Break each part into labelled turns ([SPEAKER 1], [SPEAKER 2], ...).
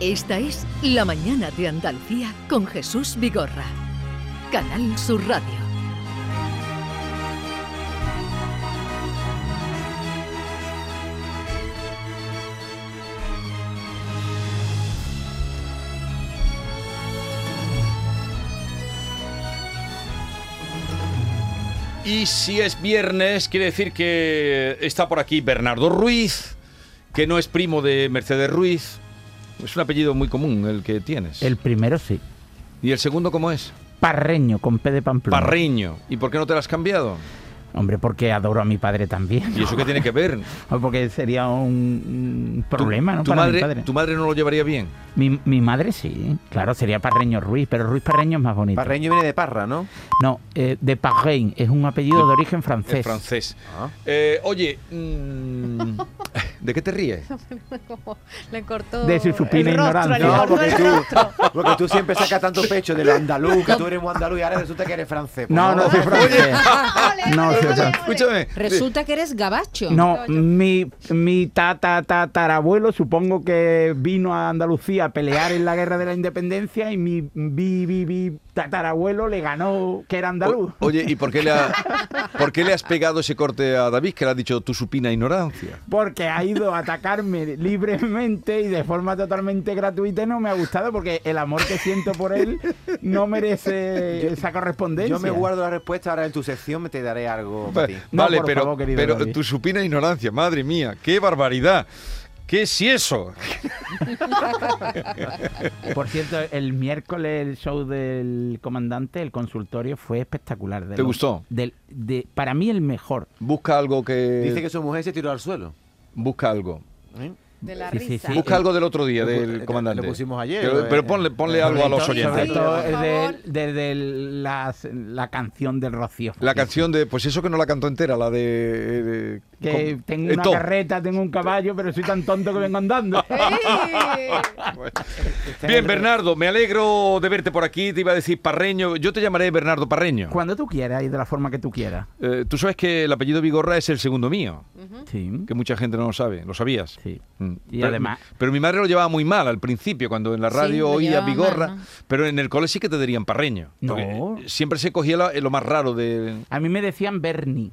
[SPEAKER 1] Esta es La Mañana de Andalucía con Jesús Vigorra. Canal Sur Radio.
[SPEAKER 2] Y si es viernes, quiere decir que está por aquí Bernardo Ruiz, que no es primo de Mercedes Ruiz. Es un apellido muy común el que tienes.
[SPEAKER 3] El primero sí.
[SPEAKER 2] ¿Y el segundo cómo es?
[SPEAKER 3] Parreño, con P de Pamplona.
[SPEAKER 2] Parreño. ¿Y por qué no te lo has cambiado?
[SPEAKER 3] Hombre, porque adoro a mi padre también.
[SPEAKER 2] ¿Y eso qué tiene que ver?
[SPEAKER 3] O Porque sería un un problema, ¿no?
[SPEAKER 2] ¿Tu,
[SPEAKER 3] Para mi
[SPEAKER 2] madre,
[SPEAKER 3] padre.
[SPEAKER 2] ¿Tu madre no lo llevaría bien?
[SPEAKER 3] Mi, mi madre sí, claro, sería Parreño Ruiz, pero Ruiz Parreño es más bonito.
[SPEAKER 4] Parreño viene de Parra, ¿no?
[SPEAKER 3] No, eh, de Parrein, es un apellido de origen
[SPEAKER 2] Es
[SPEAKER 3] francés.
[SPEAKER 2] francés. Eh, oye, mm, ¿de qué te ríes?
[SPEAKER 5] Como le cortó
[SPEAKER 3] De su supina
[SPEAKER 5] el rostro,
[SPEAKER 3] ignorancia.
[SPEAKER 5] le
[SPEAKER 3] No,
[SPEAKER 5] cortó el rostro.
[SPEAKER 4] Porque tú siempre sacas tanto pecho de lo andaluz, que tú eres muy andaluz y ahora resulta que eres francés. pues,
[SPEAKER 3] No,
[SPEAKER 2] Oh.
[SPEAKER 3] no soy francés.
[SPEAKER 5] Ole,
[SPEAKER 3] No,
[SPEAKER 5] ole,
[SPEAKER 3] sí, o sea,
[SPEAKER 5] ole, ole.
[SPEAKER 2] Escúchame.
[SPEAKER 6] Resulta que eres gabacho.
[SPEAKER 3] No, mi, mi tata, tatarabuelo supongo que vino a Andalucía a pelear en la guerra de la independencia y mi bi, bi, bi tatarabuelo le ganó que era andaluz.
[SPEAKER 2] O- oye, ¿y por qué, le ha- por qué le has pegado ese corte a David que le has dicho tu supina ignorancia?
[SPEAKER 3] porque ha ido a atacarme libremente y de forma totalmente gratuita y no me ha gustado porque el amor que siento por él no merece esa correspondencia.
[SPEAKER 4] Yo me guardo la respuesta, ahora en tu sección me te daré algo para ti.
[SPEAKER 2] Vale,
[SPEAKER 3] Pues, No,
[SPEAKER 2] vale,
[SPEAKER 3] por
[SPEAKER 2] pero,
[SPEAKER 3] favor, querido
[SPEAKER 2] pero
[SPEAKER 3] David.
[SPEAKER 2] tu supina ignorancia, madre mía, qué barbaridad. ¿Qué es eso?
[SPEAKER 3] Por cierto, el miércoles el show del comandante, el consultorio, fue espectacular. De
[SPEAKER 2] ¿Te gustó?
[SPEAKER 3] del- de- para mí el mejor.
[SPEAKER 2] Busca algo que...
[SPEAKER 4] Dice que su mujer se tiró al suelo.
[SPEAKER 2] Busca algo.
[SPEAKER 4] ¿eh?
[SPEAKER 5] De la
[SPEAKER 3] Sí, sí,
[SPEAKER 5] risa.
[SPEAKER 3] sí. eh,
[SPEAKER 2] Busca
[SPEAKER 3] el-
[SPEAKER 2] algo del otro día,
[SPEAKER 4] lo pu-
[SPEAKER 2] del
[SPEAKER 4] lo
[SPEAKER 2] comandante.
[SPEAKER 4] pusimos ayer,
[SPEAKER 2] Pero,
[SPEAKER 4] eh,
[SPEAKER 2] pero ponle, ponle
[SPEAKER 4] eh,
[SPEAKER 2] algo a los
[SPEAKER 4] sobre
[SPEAKER 3] Sobre
[SPEAKER 2] oyentes.
[SPEAKER 5] Sí,
[SPEAKER 3] todo
[SPEAKER 5] por
[SPEAKER 3] el
[SPEAKER 5] favor.
[SPEAKER 3] de, desde el- las- la canción del Rocío.
[SPEAKER 2] La canción de... Pues eso que no la cantó entera, la de... de-
[SPEAKER 3] Que
[SPEAKER 2] con-
[SPEAKER 3] tengo
[SPEAKER 2] eh,
[SPEAKER 3] una
[SPEAKER 2] todo.
[SPEAKER 3] carreta, tengo un caballo, pero soy tan tonto que vengo andando.
[SPEAKER 5] ¡Ey!
[SPEAKER 2] Bien, Bernardo, me alegro de verte por aquí. Te iba a decir Parreño. Yo te llamaré Bernardo Parreño.
[SPEAKER 3] Cuando tú quieras y de la forma que tú quieras.
[SPEAKER 2] Eh, tú sabes que el apellido Vigorra es el segundo mío,
[SPEAKER 3] Sí.
[SPEAKER 2] que mucha gente no lo sabe. ¿Lo sabías?
[SPEAKER 3] Sí.
[SPEAKER 2] Mm.
[SPEAKER 3] Y
[SPEAKER 2] pero,
[SPEAKER 3] además-
[SPEAKER 2] Pero mi madre lo llevaba muy mal al principio, cuando en la
[SPEAKER 6] Sí,
[SPEAKER 2] radio
[SPEAKER 6] lo
[SPEAKER 2] oía
[SPEAKER 6] llevaba mal,
[SPEAKER 2] Vigorra.
[SPEAKER 6] ¿no?
[SPEAKER 2] Pero en el cole sí que te dirían Parreño.
[SPEAKER 3] No.
[SPEAKER 2] porque, eh, Siempre se cogía la- lo más raro de,
[SPEAKER 3] A mí me decían Bernie,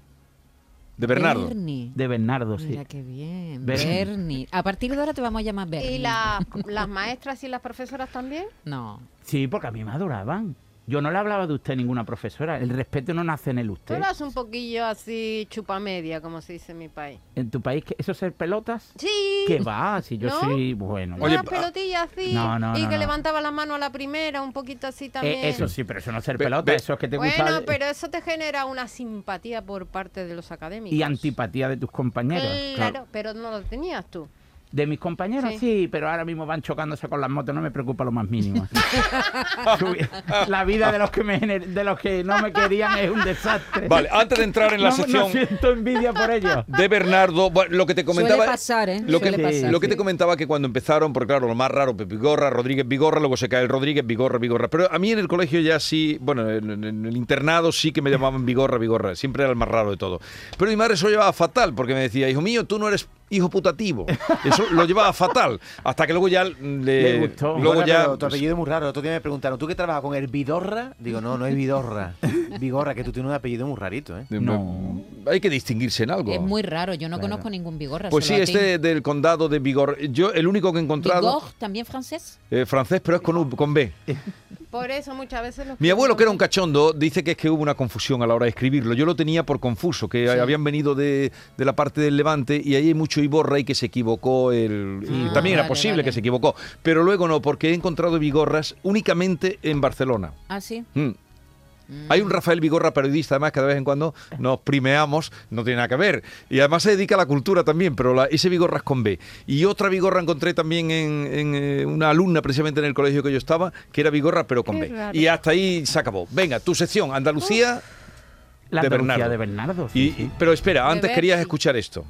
[SPEAKER 2] de Bernardo.
[SPEAKER 6] Bernie.
[SPEAKER 3] de Bernardo, sí.
[SPEAKER 6] Mira qué bien.
[SPEAKER 3] Bernie.
[SPEAKER 6] Bernie. A partir de ahora te vamos a llamar Bernie.
[SPEAKER 5] ¿Y la- las maestras y las profesoras también?
[SPEAKER 6] No.
[SPEAKER 3] Sí, porque a mí me adoraban. Yo no le hablaba de usted a ninguna profesora. El respeto no nace en el
[SPEAKER 5] Tú
[SPEAKER 3] usted.
[SPEAKER 5] eras un poquillo así chupamedia, como se dice en mi país.
[SPEAKER 3] En tu país, ¿qué- ¿eso es ser pelotas?
[SPEAKER 5] Sí.
[SPEAKER 3] ¿Qué va? Si yo
[SPEAKER 5] ¿No?
[SPEAKER 3] soy bueno. eh,
[SPEAKER 2] Oye,
[SPEAKER 5] Unas
[SPEAKER 2] pa-
[SPEAKER 5] pelotillas así.
[SPEAKER 3] No, no,
[SPEAKER 5] y
[SPEAKER 3] no,
[SPEAKER 5] que
[SPEAKER 3] no.
[SPEAKER 5] levantaba la mano a la primera, un poquito así también.
[SPEAKER 3] Eh, eso sí, pero eso no es ser
[SPEAKER 2] Ve-
[SPEAKER 3] pelota,
[SPEAKER 2] ve-
[SPEAKER 3] eso es que te gusta.
[SPEAKER 5] Bueno, pero eso te genera una simpatía por parte de los académicos.
[SPEAKER 3] Y antipatía de tus compañeros.
[SPEAKER 5] Claro, pero no lo tenías tú.
[SPEAKER 3] De mis compañeros, sí.
[SPEAKER 5] Sí.
[SPEAKER 3] pero ahora mismo van chocándose con las motos, no me preocupa lo más mínimo. Su- la vida de los que me gener- de los que no me querían es un desastre.
[SPEAKER 2] Vale, antes de entrar en la
[SPEAKER 3] No-
[SPEAKER 2] sección
[SPEAKER 3] No siento envidia por ello.
[SPEAKER 2] de Bernardo, bueno, lo que te comentaba.
[SPEAKER 6] Suele pasar, ¿eh?
[SPEAKER 2] Lo que,
[SPEAKER 3] Suele pasar,
[SPEAKER 2] lo que
[SPEAKER 3] sí.
[SPEAKER 2] te comentaba que cuando empezaron, porque claro, lo más raro, Pepe Vigorra, Rodríguez Vigorra, luego se cae el Rodríguez, Vigorra, Vigorra. Pero a mí en el colegio ya sí, bueno, en, en- en el internado sí que me llamaban Vigorra, Vigorra. Siempre era el más raro de todo. Pero mi madre eso lo llevaba fatal, porque me decía, hijo mío, tú no eres hijo putativo. Eso lo llevaba fatal. Hasta que luego ya le,
[SPEAKER 3] Le gustó.
[SPEAKER 2] Luego
[SPEAKER 4] Bueno,
[SPEAKER 2] ya. pues,
[SPEAKER 4] pero tu apellido es muy raro. El otro día me preguntaron, ¿tú qué trabajas con el Vidorra? Digo, no, no es Vidorra. Vigorra, que tú tienes un apellido muy rarito, ¿eh?
[SPEAKER 3] No.
[SPEAKER 2] Hay que distinguirse en algo.
[SPEAKER 6] Es muy raro. Yo no conozco ningún Vigorra.
[SPEAKER 2] pues sí,
[SPEAKER 6] solo a ti.
[SPEAKER 2] este del condado de Vigor. Yo, el único que he encontrado.
[SPEAKER 6] Vigor, también francés.
[SPEAKER 2] eh, francés, pero es con, U- con B.
[SPEAKER 5] Por eso muchas veces los
[SPEAKER 2] Mi abuelo, que era un
[SPEAKER 5] cachorro.
[SPEAKER 2] cachondo, dice que es que hubo una confusión a la hora de escribirlo. Yo lo tenía por confuso, que habían venido de, de la parte del Levante y ahí hay mucho Iborra y que se equivocó el...
[SPEAKER 6] Sí,
[SPEAKER 2] también era
[SPEAKER 6] Ah, vale,
[SPEAKER 2] posible
[SPEAKER 6] vale.
[SPEAKER 2] que se equivocó, pero luego no, porque he encontrado Vigorras únicamente en Barcelona.
[SPEAKER 6] Ah, sí.
[SPEAKER 2] Mm. Hay
[SPEAKER 5] Mm.
[SPEAKER 2] un Rafael Vigorra periodista, además, que de vez en cuando nos primeamos, no tiene nada que ver. Y además se dedica a la cultura también, pero la- ese Vigorra es con B. Y otra Vigorra encontré también en, en, eh, una alumna, precisamente en el colegio que yo estaba, que era Vigorra, pero con
[SPEAKER 5] Qué
[SPEAKER 2] B.
[SPEAKER 5] raro.
[SPEAKER 2] Y hasta ahí se acabó. Venga, tu sección, Andalucía.
[SPEAKER 3] La
[SPEAKER 2] De
[SPEAKER 3] de
[SPEAKER 2] Bernardo.
[SPEAKER 3] de Bernardo.
[SPEAKER 2] Y,
[SPEAKER 3] sí,
[SPEAKER 2] y-
[SPEAKER 3] sí.
[SPEAKER 2] pero espera,
[SPEAKER 5] De
[SPEAKER 2] antes
[SPEAKER 5] Berti.
[SPEAKER 2] querías escuchar esto.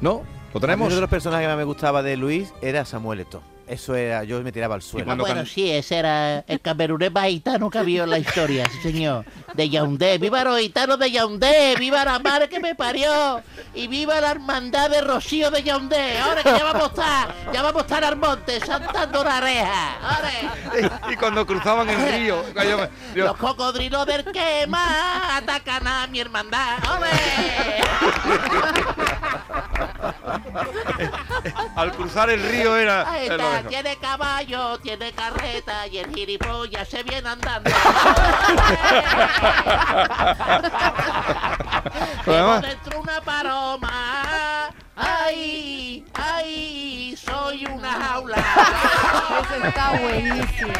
[SPEAKER 2] ¿No? ¿Lo
[SPEAKER 4] A mí
[SPEAKER 2] tenemos?
[SPEAKER 4] Uno de los personajes que más me gustaba de Luis era Samuel Eto. Eso era, yo me tiraba al suelo.
[SPEAKER 7] cuando
[SPEAKER 8] Ah, bueno,
[SPEAKER 7] can-
[SPEAKER 8] sí, ese era el camerunés más gitano que ha habido en la historia, sí, señor. De Yaoundé. ¡Viva los gitanos de Yaoundé! ¡Viva la madre que me parió! ¡Y viva la hermandad de Rocío de Yaoundé! ¡Ahora que ya vamos a estar! ¡Ya vamos a estar al monte saltando una reja! ¡Ahora!
[SPEAKER 2] Y cuando cruzaban el río. yo me- yo-
[SPEAKER 8] Los cocodrilos del quema atacan a mi hermandad. ¡Ole!
[SPEAKER 2] al cruzar el río era.
[SPEAKER 8] Ahí
[SPEAKER 2] era lo
[SPEAKER 8] está,
[SPEAKER 2] mejor.
[SPEAKER 8] tiene caballo, tiene carreta y el gilipollas se viene andando.
[SPEAKER 2] Pero
[SPEAKER 8] Llevo
[SPEAKER 2] además-
[SPEAKER 8] dentro una paloma. Ay, ay, soy una jaula.
[SPEAKER 5] Eso está buenísimo.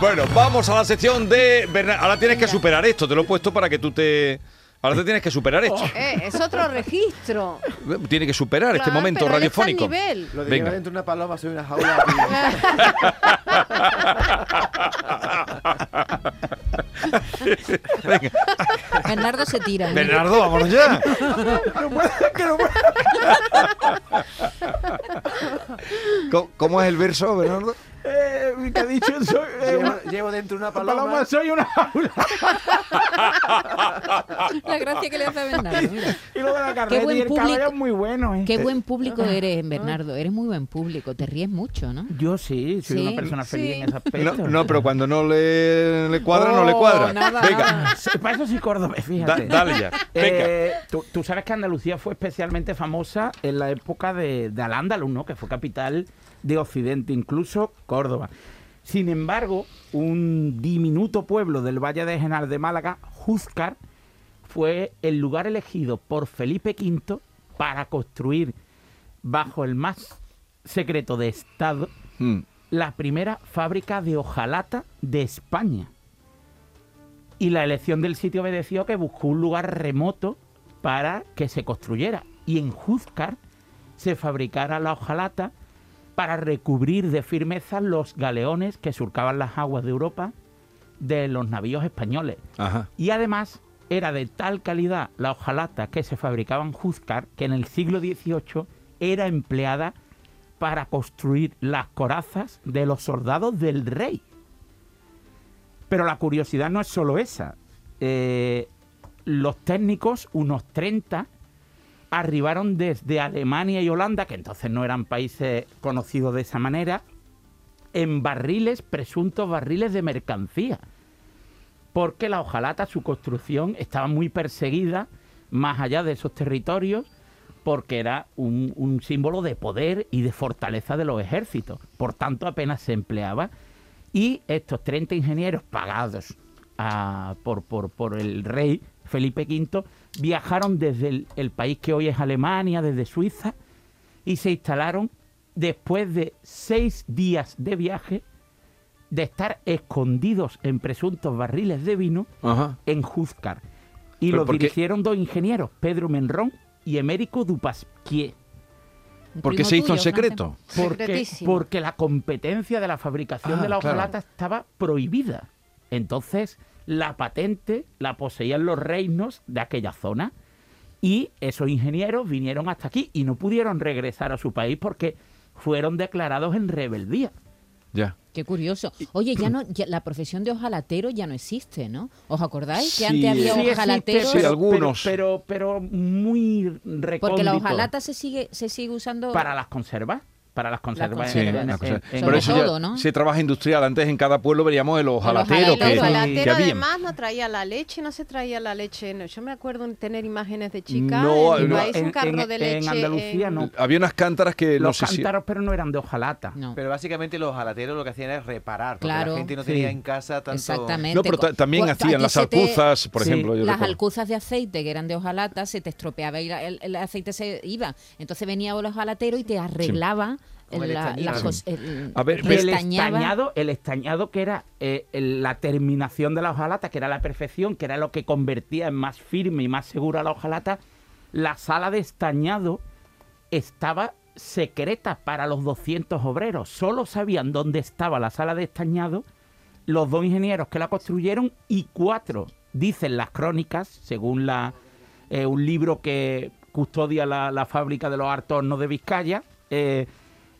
[SPEAKER 2] Bueno, vamos a la sección de Bernal. Ahora tienes que superar esto, te lo he puesto para que tú te. Ahora te tienes que superar esto.
[SPEAKER 5] Eh, es otro registro.
[SPEAKER 2] Tiene que superar este
[SPEAKER 5] Claro,
[SPEAKER 2] momento
[SPEAKER 5] pero él está al
[SPEAKER 2] radiofónico.
[SPEAKER 5] nivel.
[SPEAKER 4] Lo de
[SPEAKER 2] Venga.
[SPEAKER 4] llevar dentro de una paloma soy una jaula.
[SPEAKER 2] Venga,
[SPEAKER 6] Bernardo se tira. mira.
[SPEAKER 2] Bernardo, vámonos ya. ¿Cómo, es el verso, Bernardo?
[SPEAKER 3] Eh, te he dicho, soy eh, una
[SPEAKER 4] llevo, llevo dentro de una
[SPEAKER 3] paloma,
[SPEAKER 4] paloma.
[SPEAKER 3] soy una jaula.
[SPEAKER 6] La gracia que le hace a Bernardo. Mira.
[SPEAKER 3] Y lo de la carreta
[SPEAKER 6] buen
[SPEAKER 3] y el
[SPEAKER 6] público.
[SPEAKER 3] caballo es muy bueno, ¿eh?
[SPEAKER 6] Qué buen público eres, Bernardo. Eres muy buen público. Te ríes mucho, ¿no?
[SPEAKER 3] Yo sí, soy
[SPEAKER 6] Sí,
[SPEAKER 3] una persona feliz
[SPEAKER 5] sí.
[SPEAKER 3] en ese
[SPEAKER 2] No,
[SPEAKER 3] aspecto.
[SPEAKER 2] no, pero cuando no le, le cuadra, no le
[SPEAKER 6] Oh,
[SPEAKER 2] cuadra.
[SPEAKER 6] nada,
[SPEAKER 2] Venga,
[SPEAKER 6] nada.
[SPEAKER 3] Sí, Para eso sí córdoba,
[SPEAKER 2] da-
[SPEAKER 3] fíjate.
[SPEAKER 2] dale ya. Venga.
[SPEAKER 3] Eh, tú, tú sabes que Andalucía fue especialmente famosa en la época de, de Al-Ándalus, ¿no? Que fue capital de Occidente, incluso Córdoba. Sin embargo, un diminuto pueblo del Valle de Genar de Málaga, Júzcar, fue el lugar elegido por Felipe V para construir, bajo el más secreto de Estado,
[SPEAKER 2] Mm.
[SPEAKER 3] la primera fábrica de hojalata de España. Y la elección del sitio obedeció que buscó un lugar remoto para que se construyera. Y en Júzcar se fabricara la hojalata para recubrir de firmeza los galeones que surcaban las aguas de Europa de los navíos españoles.
[SPEAKER 2] Ajá.
[SPEAKER 3] Y además era de tal calidad la hojalata que se fabricaba en Júzcar que en el siglo XVIII era empleada para construir las corazas de los soldados del rey. Pero la curiosidad no es solo esa. Eh, los técnicos, unos 30, arribaron desde Alemania y Holanda, que entonces no eran países conocidos de esa manera, en barriles, presuntos barriles de mercancía porque la hojalata, su construcción, estaba muy perseguida más allá de esos territorios, porque era un, un símbolo de poder y de fortaleza de los ejércitos. Por tanto, apenas se empleaba. Y estos 30 ingenieros pagados ah, por, por- por el rey Felipe V viajaron desde el- el país que hoy es Alemania, desde Suiza, y se instalaron después de seis días de viaje de estar escondidos en presuntos barriles de vino
[SPEAKER 2] Ajá.
[SPEAKER 3] en Júzcar. Y
[SPEAKER 2] Pero
[SPEAKER 3] los
[SPEAKER 2] ¿por qué?
[SPEAKER 3] dirigieron dos ingenieros, Pedro Menrón y Emérico Dupasquier.
[SPEAKER 6] Un
[SPEAKER 2] ¿Por qué
[SPEAKER 6] primo
[SPEAKER 2] se hizo en
[SPEAKER 6] tuyo,
[SPEAKER 2] secreto?
[SPEAKER 6] Francesco.
[SPEAKER 3] Porque,
[SPEAKER 5] Secretísimo.
[SPEAKER 3] porque la competencia de la fabricación
[SPEAKER 2] Ah,
[SPEAKER 3] de la
[SPEAKER 2] claro.
[SPEAKER 3] hojalata estaba prohibida. Entonces, la patente la poseían los reinos de aquella zona. Y esos ingenieros vinieron hasta aquí y no pudieron regresar a su país porque fueron declarados en rebeldía.
[SPEAKER 2] Ya.
[SPEAKER 6] Qué curioso. Oye, ya no, ya la profesión de ojalatero ya no existe, ¿no? ¿Os acordáis
[SPEAKER 2] Sí.
[SPEAKER 6] que antes había
[SPEAKER 2] Sí,
[SPEAKER 6] ojalateros?
[SPEAKER 2] Sí, algunos.
[SPEAKER 3] Pero, pero, pero muy recóndito.
[SPEAKER 6] porque la hojalata se sigue, se sigue usando.
[SPEAKER 3] Para las conservas. Para las conservas.
[SPEAKER 2] Sí,
[SPEAKER 6] Bueno,
[SPEAKER 3] en-
[SPEAKER 2] una
[SPEAKER 3] en-
[SPEAKER 2] cosa.
[SPEAKER 3] en-
[SPEAKER 6] Sobre
[SPEAKER 2] Por eso ya
[SPEAKER 6] todo, ¿no?
[SPEAKER 2] se trabaja industrial. Antes en cada pueblo veríamos el ojalatero
[SPEAKER 5] El
[SPEAKER 6] ojalatero,
[SPEAKER 2] que, que
[SPEAKER 5] ojalatero
[SPEAKER 2] había.
[SPEAKER 5] además no traía la leche, no se traía la leche. no. Yo me acuerdo en tener imágenes de chicas
[SPEAKER 2] No,
[SPEAKER 5] en mi
[SPEAKER 2] no,
[SPEAKER 5] país, un
[SPEAKER 3] en-
[SPEAKER 5] carro
[SPEAKER 3] en-
[SPEAKER 5] de
[SPEAKER 3] en
[SPEAKER 5] leche.
[SPEAKER 3] Andalucía
[SPEAKER 5] en-
[SPEAKER 3] no.
[SPEAKER 2] Había unas cántaras que no
[SPEAKER 3] los
[SPEAKER 2] sé si.
[SPEAKER 3] cántaros, pero no eran de hojalata.
[SPEAKER 6] No.
[SPEAKER 4] Pero básicamente los jalateros lo que hacían era reparar. Porque
[SPEAKER 6] Claro.
[SPEAKER 4] la gente no
[SPEAKER 3] Sí.
[SPEAKER 4] tenía en casa tanto.
[SPEAKER 6] Exactamente.
[SPEAKER 2] No, pero ta- también
[SPEAKER 6] Cu-
[SPEAKER 2] hacían
[SPEAKER 6] allí
[SPEAKER 2] las
[SPEAKER 6] se te-
[SPEAKER 2] alcuzas, por
[SPEAKER 3] Sí.
[SPEAKER 2] ejemplo. yo
[SPEAKER 6] las
[SPEAKER 2] recuerdo.
[SPEAKER 6] alcuzas de aceite que eran de hojalata se te estropeaba y la- el, el aceite se iba. Entonces venía el hojalatero y te arreglaba
[SPEAKER 4] Con el
[SPEAKER 6] la-
[SPEAKER 4] estañido.
[SPEAKER 6] las cos- el-
[SPEAKER 2] A ver,
[SPEAKER 3] Y el
[SPEAKER 6] restañaba.
[SPEAKER 3] estañado, el estañado que era eh, el- la terminación de la hojalata, que era la perfección, que era lo que convertía en más firme y más segura la hojalata, la sala de estañado estaba secreta para los 200 obreros. Solo sabían dónde estaba la sala de estañado los dos ingenieros que la construyeron y cuatro, dicen las crónicas, según la, eh, un libro que custodia la, la fábrica de los artornos de Vizcaya, eh,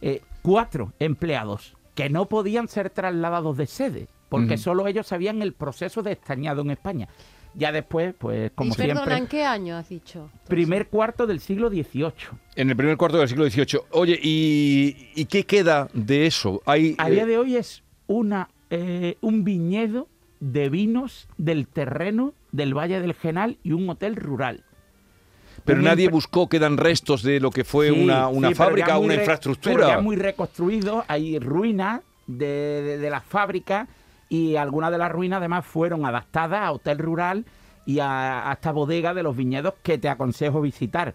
[SPEAKER 3] eh, cuatro empleados que no podían ser trasladados de sede, porque
[SPEAKER 2] Ujú.
[SPEAKER 3] solo ellos sabían el proceso de estañado en España. Ya después, pues como
[SPEAKER 5] y perdona, ¿en
[SPEAKER 3] siempre,
[SPEAKER 5] qué año has dicho?
[SPEAKER 3] primer cuarto del siglo XVIII.
[SPEAKER 2] En el primer cuarto del siglo XVIII. Oye, ¿y, y qué queda de eso? Hay,
[SPEAKER 3] A
[SPEAKER 2] eh,
[SPEAKER 3] día de hoy es una, eh, un viñedo de vinos del terreno del Valle del Genal y un hotel rural.
[SPEAKER 2] pero
[SPEAKER 3] un
[SPEAKER 2] nadie
[SPEAKER 3] impre-
[SPEAKER 2] buscó, quedan restos de lo que fue
[SPEAKER 3] Sí,
[SPEAKER 2] una,
[SPEAKER 3] sí,
[SPEAKER 2] una
[SPEAKER 3] pero ya
[SPEAKER 2] fábrica,
[SPEAKER 3] muy
[SPEAKER 2] una
[SPEAKER 3] re-
[SPEAKER 2] infraestructura.
[SPEAKER 3] pero ya muy reconstruido, hay ruinas de, de- de las fábricas y algunas de las ruinas además fueron adaptadas a hotel rural y a, a esta bodega de los viñedos que te aconsejo visitar.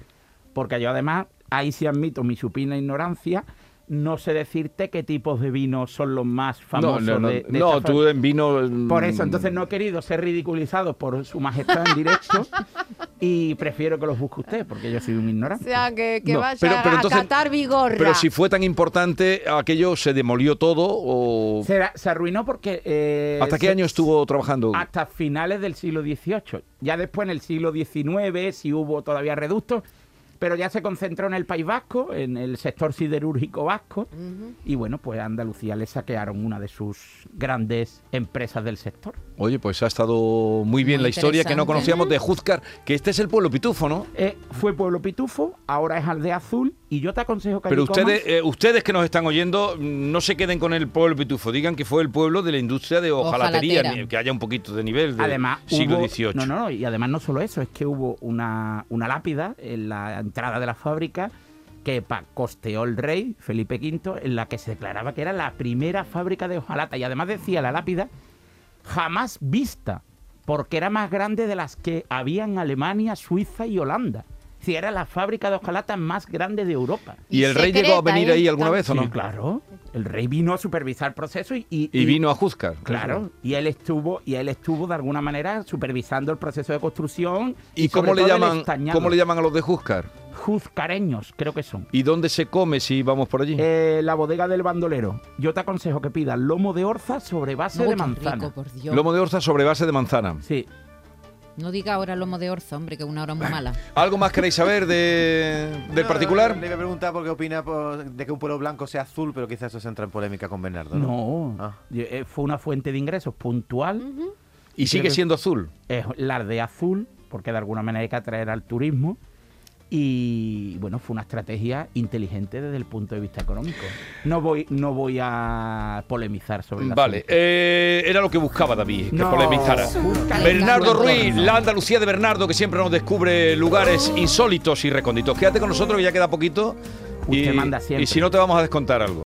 [SPEAKER 3] Porque yo además, ahí sí admito mi supina ignorancia, no sé decirte qué tipos de vinos son los más
[SPEAKER 2] no,
[SPEAKER 3] famosos
[SPEAKER 2] no, no,
[SPEAKER 3] de, de
[SPEAKER 2] no,
[SPEAKER 3] esta
[SPEAKER 2] tú en vino... mm,
[SPEAKER 3] por eso, entonces no he querido ser ridiculizado por su majestad en directo y prefiero que los busque usted, porque yo soy un
[SPEAKER 5] O
[SPEAKER 3] ignorante.
[SPEAKER 5] sea, que, que
[SPEAKER 2] No,
[SPEAKER 5] vaya
[SPEAKER 2] pero- pero entonces-
[SPEAKER 5] a catar vigor.
[SPEAKER 2] Pero si fue tan importante, aquello se demolió todo o...
[SPEAKER 3] Se, se arruinó porque... eh,
[SPEAKER 2] ¿Hasta qué
[SPEAKER 3] se-
[SPEAKER 2] año estuvo trabajando?
[SPEAKER 3] Hasta finales del siglo XVIII. Ya después, en el siglo XIX, sí hubo todavía reductos, pero ya se concentró en el País Vasco, en el sector siderúrgico vasco, y bueno, pues a Andalucía le saquearon una de sus grandes empresas del sector.
[SPEAKER 2] Oye, pues ha estado muy bien
[SPEAKER 6] Muy
[SPEAKER 2] la historia que no
[SPEAKER 6] interesante.
[SPEAKER 2] conocíamos de Juzgar, que este es el pueblo pitufo, ¿no?
[SPEAKER 3] Eh, fue Pueblo Pitufo, ahora es Aldea Azul, y yo te aconsejo que
[SPEAKER 2] Pero
[SPEAKER 3] allí comas-
[SPEAKER 2] ustedes, eh, ustedes que nos están oyendo, mm, no se queden con el pueblo pitufo, digan que fue el pueblo de la industria de hojalatería,
[SPEAKER 6] Hojalatera.
[SPEAKER 2] ni- que haya un poquito de nivel de
[SPEAKER 3] además
[SPEAKER 2] siglo
[SPEAKER 3] hubo-
[SPEAKER 2] XVIII.
[SPEAKER 3] No, no, no, y además no solo eso, es que hubo una, una lápida en la entrada de la fábrica que pa- costeó el rey Felipe V, en la que se declaraba que era la primera fábrica de hojalata. Y además decía la lápida, jamás vista, porque era más grande de las que había en Alemania, Suiza y Holanda. Si era la fábrica de hojalata más grande de Europa.
[SPEAKER 2] ¿Y el rey llegó a
[SPEAKER 5] secreta,
[SPEAKER 2] venir
[SPEAKER 5] ¿eh?
[SPEAKER 2] ahí alguna vez o
[SPEAKER 3] Sí,
[SPEAKER 2] no?
[SPEAKER 3] claro. El rey vino a supervisar el proceso y,
[SPEAKER 2] Y vino a Juzgar.
[SPEAKER 3] Claro, y él estuvo y él estuvo de alguna manera supervisando el proceso de construcción
[SPEAKER 2] ¿Y cómo
[SPEAKER 3] sobre
[SPEAKER 2] le,
[SPEAKER 3] todo el
[SPEAKER 2] llaman,
[SPEAKER 3] estañado.
[SPEAKER 2] cómo le llaman a los de Juzgar?
[SPEAKER 3] Juzcareños, creo que son.
[SPEAKER 2] ¿Y dónde se come si vamos por allí?
[SPEAKER 3] Eh, la bodega del bandolero. Yo te aconsejo que pidas lomo de orza sobre base
[SPEAKER 6] No,
[SPEAKER 3] de
[SPEAKER 6] qué
[SPEAKER 3] manzana.
[SPEAKER 6] rico, pues. por Dios.
[SPEAKER 2] Lomo de orza sobre base de manzana.
[SPEAKER 3] Sí.
[SPEAKER 6] No diga ahora lomo de orza, hombre, que es una hora muy mala.
[SPEAKER 2] ¿Algo más queréis saber de, del
[SPEAKER 4] No,
[SPEAKER 2] particular?
[SPEAKER 4] Le voy a preguntar por qué opina por- de que un pueblo blanco sea azul, pero quizás eso se entra en polémica con Bernardo. No.
[SPEAKER 3] No.
[SPEAKER 4] Ah.
[SPEAKER 3] Yo- eh, Fue una fuente de ingresos puntual.
[SPEAKER 2] Y sigue siendo azul.
[SPEAKER 3] es la de azul, porque de alguna manera hay que atraer al turismo. Y bueno, fue una estrategia inteligente desde el punto de vista económico. No voy, no voy a polemizar sobre la
[SPEAKER 2] Vale, eh, era lo que buscaba David, que
[SPEAKER 3] No.
[SPEAKER 2] polemizara.
[SPEAKER 3] Busca-
[SPEAKER 2] Bernardo
[SPEAKER 6] Buen
[SPEAKER 2] Ruiz,
[SPEAKER 6] torno.
[SPEAKER 2] la Andalucía de Bernardo, que siempre nos descubre
[SPEAKER 3] Oh.
[SPEAKER 2] lugares insólitos y recónditos. Quédate con nosotros que ya queda poquito.
[SPEAKER 3] Usted manda siempre.
[SPEAKER 2] y si no, te vamos a descontar algo.